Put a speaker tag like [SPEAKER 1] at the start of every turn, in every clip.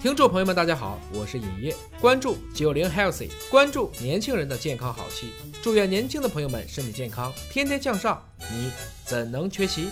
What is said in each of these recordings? [SPEAKER 1] 听众朋友们，大家好，我是尹烨，关注九零 healthy，关注年轻人的健康好戏。祝愿年轻的朋友们身体健康，天天向上，你怎能缺席？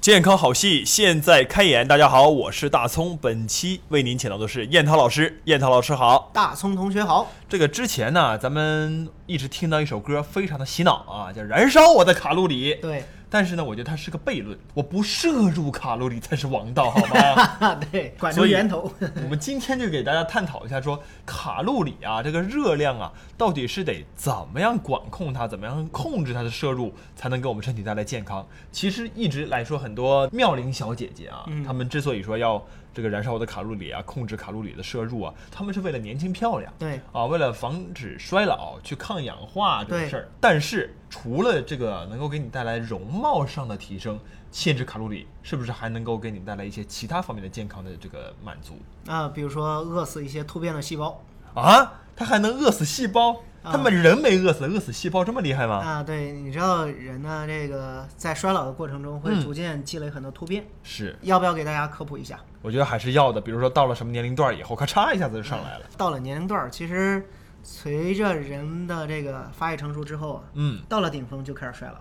[SPEAKER 2] 健康好戏现在开演，大家好，我是大葱，本期为您请到的是燕涛老师，燕涛老师好。
[SPEAKER 3] 大葱同学好，
[SPEAKER 2] 这个之前呢，咱们一直听到一首歌，非常的洗脑啊，叫《燃烧我的卡路里》。
[SPEAKER 3] 对，
[SPEAKER 2] 但是呢，我觉得它是个悖论，我不摄入卡路里才是王道，好吗？
[SPEAKER 3] 啊 对，管
[SPEAKER 2] 所
[SPEAKER 3] 住
[SPEAKER 2] 以
[SPEAKER 3] 源头。
[SPEAKER 2] 我们今天就给大家探讨一下说，卡路里啊，这个热量啊，到底是得怎么样管控它，怎么样控制它的摄入，才能给我们身体带来健康。其实一直来说，很多妙龄小姐姐啊，
[SPEAKER 3] 嗯
[SPEAKER 2] 她们之所以说要这个燃烧我的卡路里啊，控制卡路里的摄入啊，她们是为了年轻漂亮。
[SPEAKER 3] 对，
[SPEAKER 2] 啊，为了防止衰老，去抗氧化这个
[SPEAKER 3] 对
[SPEAKER 2] 事儿。但是除了这个能够给你带来容貌上的提升，限制卡路里是不是还能够给你带来一些其他方面的健康的这个满足
[SPEAKER 3] 啊，比如说饿死一些突变的细胞
[SPEAKER 2] 啊？它还能饿死细胞？
[SPEAKER 3] 啊
[SPEAKER 2] 他们人没饿死，饿死细胞这么厉害吗？
[SPEAKER 3] 啊，对，你知道人呢，这个在衰老的过程中会
[SPEAKER 2] 嗯
[SPEAKER 3] 逐渐积累很多突变，
[SPEAKER 2] 是，
[SPEAKER 3] 要不要给大家科普一下？
[SPEAKER 2] 我觉得还是要的。比如说到了什么年龄段以后，咔嚓一下子就上来了。
[SPEAKER 3] 到了年龄段儿，其实随着人的这个发育成熟之后啊，
[SPEAKER 2] 嗯，
[SPEAKER 3] 到了顶峰就开始衰老，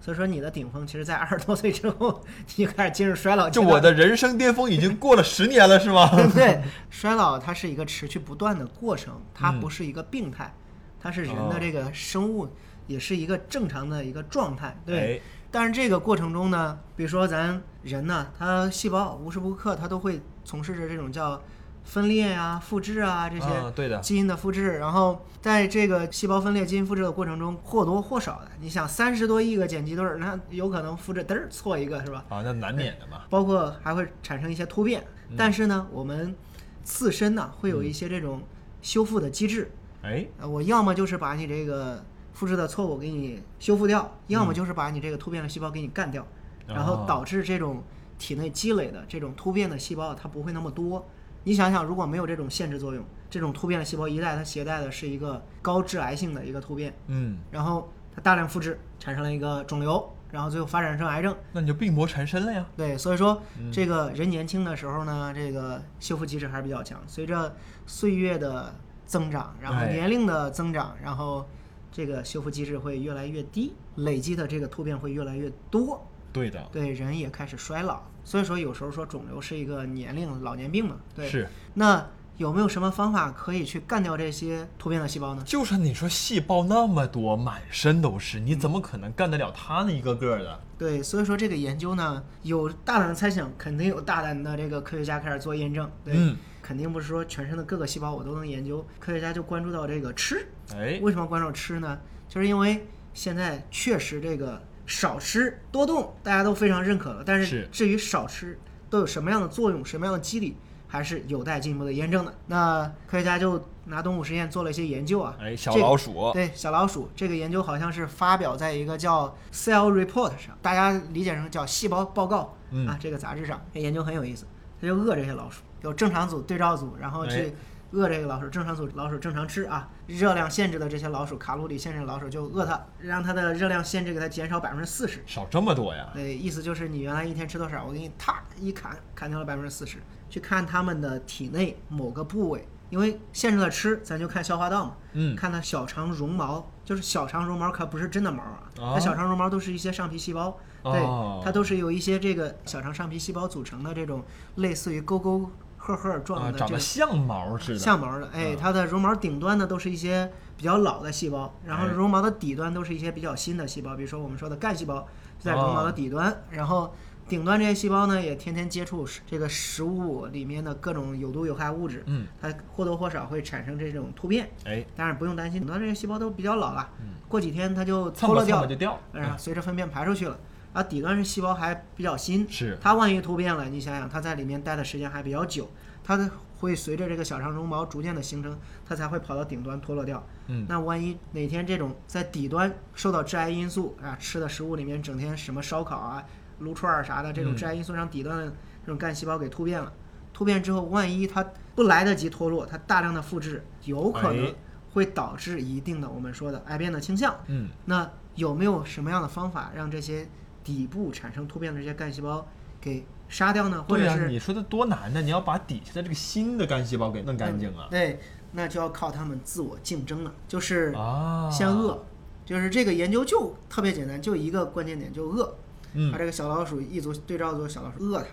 [SPEAKER 3] 所以说你的顶峰其实在二十多岁之后， 你就开始进入衰老阶
[SPEAKER 2] 就
[SPEAKER 3] 段。
[SPEAKER 2] 我的人生巅峰已经过了十年了，是吗？
[SPEAKER 3] 对，衰老它是一个持续不断的过程，它
[SPEAKER 2] 嗯
[SPEAKER 3] 不是一个病态，它是人
[SPEAKER 2] 哦
[SPEAKER 3] 的这个生物，也是一个正常的一个状态。对，
[SPEAKER 2] 哎
[SPEAKER 3] 但是这个过程中呢，比如说咱人呢，它细胞无时不刻它都会从事着这种叫分裂啊、复制啊这些
[SPEAKER 2] 啊对的
[SPEAKER 3] 基因的复制。然后在这个细胞分裂、基因复制的过程中，或多或少的，你想三十多亿个碱基对儿，那有可能复制嘚儿错一个是吧？
[SPEAKER 2] 啊，那难免的嘛。
[SPEAKER 3] 包括还会产生一些突变。但是呢，我们自身呢会有一些这种修复的机制。
[SPEAKER 2] 哎，
[SPEAKER 3] 呃，我要么就是把你这个复制的错误给你修复掉，要么就是把你这个突变的细胞给你干掉，然后
[SPEAKER 2] 哦
[SPEAKER 3] 导致这种体内积累的这种突变的细胞它不会那么多。你想想，如果没有这种限制作用，这种突变的细胞一代它携带的是一个高致癌性的一个突变，
[SPEAKER 2] 嗯，
[SPEAKER 3] 然后它大量复制产生了一个肿瘤，然后最后发展成癌症，
[SPEAKER 2] 那你就病魔缠身了呀。
[SPEAKER 3] 对，所以说这个人年轻的时候呢，这个修复机制还是比较强。随着岁月的增长，然后
[SPEAKER 2] 哎
[SPEAKER 3] 年龄的增长，然后这个修复机制会越来越低，累积的这个突变会越来越多，
[SPEAKER 2] 对的，
[SPEAKER 3] 对人也开始衰老。所以说有时候说肿瘤是一个年龄老年病嘛，对。
[SPEAKER 2] 是。
[SPEAKER 3] 那有没有什么方法可以去干掉这些突变的细胞呢？
[SPEAKER 2] 就是你说细胞那么多，满身都是，
[SPEAKER 3] 嗯
[SPEAKER 2] 你怎么可能干得了它呢？一个个的，
[SPEAKER 3] 对，所以说这个研究呢，有大胆的猜想，肯定有大胆的这个科学家开始做验证。对，
[SPEAKER 2] 嗯
[SPEAKER 3] 肯定不是说全身的各个细胞我都能研究，科学家就关注到这个吃。
[SPEAKER 2] 哎，
[SPEAKER 3] 为什么关注吃呢？就是因为现在确实这个少吃多动大家都非常认可了，但
[SPEAKER 2] 是
[SPEAKER 3] 是至于少吃都有什么样的作用、什么样的机理，还是有待进一步的验证的。那科学家就拿动物实验做了一些研究啊，
[SPEAKER 2] 哎，小
[SPEAKER 3] 这个
[SPEAKER 2] 老鼠，
[SPEAKER 3] 对，小老鼠这个研究好像是发表在一个叫《Cell Report》上，大家理解成叫《细胞报告》
[SPEAKER 2] 嗯
[SPEAKER 3] 啊，这个杂志上，这研究很有意思。他就饿这些老鼠，有正常组、对照组，然后
[SPEAKER 2] 哎
[SPEAKER 3] 去饿这个老鼠。正常组老鼠正常吃啊，热量限制的这些老鼠，卡路里限制的老鼠就饿它，让它的热量限制给它减少百分之四十。
[SPEAKER 2] 少这么多呀？
[SPEAKER 3] 呃，意思就是你原来一天吃多少，我给你啪一砍，砍掉了百分之四十。去看他们的体内某个部位，因为限制了吃，咱就看消化道嘛。
[SPEAKER 2] 嗯
[SPEAKER 3] 看它小肠绒毛，就是小肠绒毛可不是真的毛啊，
[SPEAKER 2] 啊
[SPEAKER 3] 它小肠绒毛都是一些上皮细胞，
[SPEAKER 2] 哦
[SPEAKER 3] 对，它都是由一些这个小肠上皮细胞组成的这种类似于沟沟壑壑状
[SPEAKER 2] 啊，
[SPEAKER 3] 的
[SPEAKER 2] 长
[SPEAKER 3] 这
[SPEAKER 2] 得
[SPEAKER 3] 个
[SPEAKER 2] 像毛似的，嗯
[SPEAKER 3] 像毛的，哎，它的绒毛顶端呢都是一些比较老的细胞，然后
[SPEAKER 2] 哎
[SPEAKER 3] 绒毛的底端都是一些比较新的细胞，比如说我们说的干细胞在绒毛的底
[SPEAKER 2] 哦
[SPEAKER 3] 端，然后顶端这些细胞呢也天天接触食这个食物里面的各种有毒有害物质，
[SPEAKER 2] 嗯，
[SPEAKER 3] 它或多或少会产生这种突变，
[SPEAKER 2] 哎，
[SPEAKER 3] 但是不用担心，顶端这些细胞都比较老了，过几天它就
[SPEAKER 2] 蹭
[SPEAKER 3] 脱
[SPEAKER 2] 吧
[SPEAKER 3] 落
[SPEAKER 2] 蹭
[SPEAKER 3] 掉
[SPEAKER 2] 吧
[SPEAKER 3] 了
[SPEAKER 2] 就，掉，
[SPEAKER 3] 然哎后随着粪便排出去了。啊，底端是细胞还比较新，
[SPEAKER 2] 是
[SPEAKER 3] 它万一突变了，你想想，它在里面待的时间还比较久，它的会随着这个小肠绒毛逐渐的形成，它才会跑到顶端脱落掉。
[SPEAKER 2] 嗯
[SPEAKER 3] 那万一哪天这种在底端受到致癌因素啊，吃的食物里面整天什么烧烤啊、撸串儿啥的，这
[SPEAKER 2] 嗯
[SPEAKER 3] 种致癌因素让底端的这种干细胞给突变了，突变之后，万一它不来得及脱落，它大量的复制，有可
[SPEAKER 2] 哎
[SPEAKER 3] 能会导致一定的我们说的癌变的倾向。
[SPEAKER 2] 嗯，
[SPEAKER 3] 那有没有什么样的方法让这些底部产生突变的这些干细胞给杀掉呢？或
[SPEAKER 2] 对
[SPEAKER 3] 者
[SPEAKER 2] 呀、
[SPEAKER 3] 是
[SPEAKER 2] 你说的多难呢？你要把底下的这个新的干细胞给弄干净啊！
[SPEAKER 3] 哎对，那就要靠他们自我竞争了，就是
[SPEAKER 2] 啊，
[SPEAKER 3] 先饿，就是这个研究就特别简单，就一个关键点，就饿。
[SPEAKER 2] 嗯
[SPEAKER 3] 把这个小老鼠一组对照组小老鼠饿它，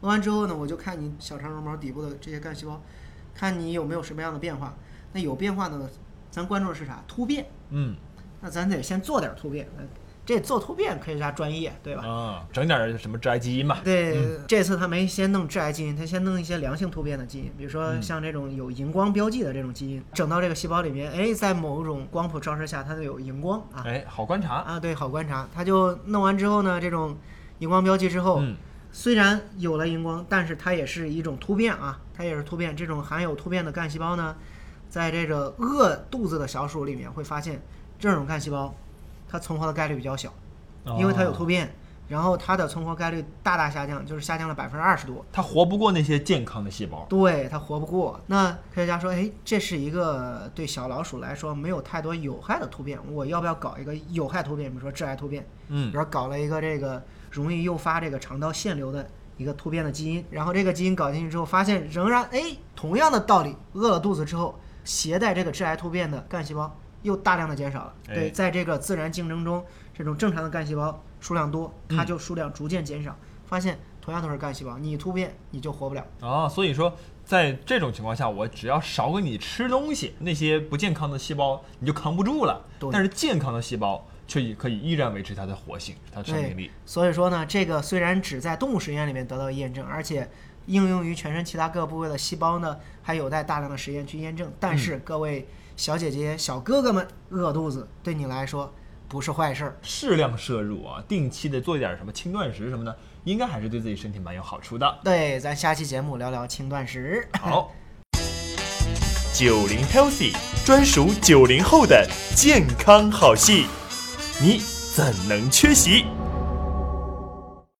[SPEAKER 3] 饿完之后呢，我就看你小肠绒毛底部的这些干细胞，看你有没有什么样的变化。那有变化呢，咱关注的是啥？突变。
[SPEAKER 2] 嗯
[SPEAKER 3] 那咱得先做点突变，那这做突变可以啥专业，对吧？
[SPEAKER 2] 啊，整点儿什么致癌基因吧。
[SPEAKER 3] 对，
[SPEAKER 2] 嗯
[SPEAKER 3] 这次他没先弄致癌基因，他先弄一些良性突变的基因，比如说
[SPEAKER 2] 嗯
[SPEAKER 3] 像这种有荧光标记的这种基因，整到这个细胞里面，哎，在某种光谱照射下，它就有荧光啊
[SPEAKER 2] 哎，好观察。
[SPEAKER 3] 啊，对，好观察。他就弄完之后呢，这种荧光标记之后，
[SPEAKER 2] 嗯
[SPEAKER 3] 虽然有了荧光，但是它也是一种突变啊，它也是突变。这种含有突变的干细胞呢，在这个饿肚子的小鼠里面会发现，这种干细胞它存活的概率比较小，因为它有突
[SPEAKER 2] 哦，
[SPEAKER 3] 变，然后它的存活概率大大下降，就是下降了百分之二十多。
[SPEAKER 2] 它活不过那些健康的细胞。
[SPEAKER 3] 对，它活不过。那科学家说，哎，这是一个对小老鼠来说没有太多有害的突变，我要不要搞一个有害突变，比如说致癌突变？
[SPEAKER 2] 嗯
[SPEAKER 3] 比如说搞了一个这个容易诱发这个肠道腺瘤的一个突变的基因，然后这个基因搞进去之后，发现仍然哎，同样的道理，饿了肚子之后，携带这个致癌突变的干细胞又大量的减少了。
[SPEAKER 2] 哎
[SPEAKER 3] 对，在这个自然竞争中，这种正常的干细胞数量多，
[SPEAKER 2] 嗯
[SPEAKER 3] 它就数量逐渐减少，发现同样都是干细胞，你突变你就活不了。
[SPEAKER 2] 啊，所以说，在这种情况下，我只要少给你吃东西，那些不健康的细胞你就扛不住了
[SPEAKER 3] 对。
[SPEAKER 2] 但是健康的细胞却也可以依然维持它的活性、它的生命力。
[SPEAKER 3] 所以说呢，这个虽然只在动物实验里面得到验证，而且应用于全身其他各部位的细胞呢，还有待大量的实验去验证。但是各位小姐姐、小哥哥们，饿肚子对你来说不是坏事儿。
[SPEAKER 2] 适量摄入啊，定期的做一点什么轻断食什么的，应该还是对自己身体蛮有好处的。
[SPEAKER 3] 对，咱下期节目聊聊轻断食。
[SPEAKER 2] 好，
[SPEAKER 4] 九零 healthy 专属九零后的健康好戏，你怎能缺席？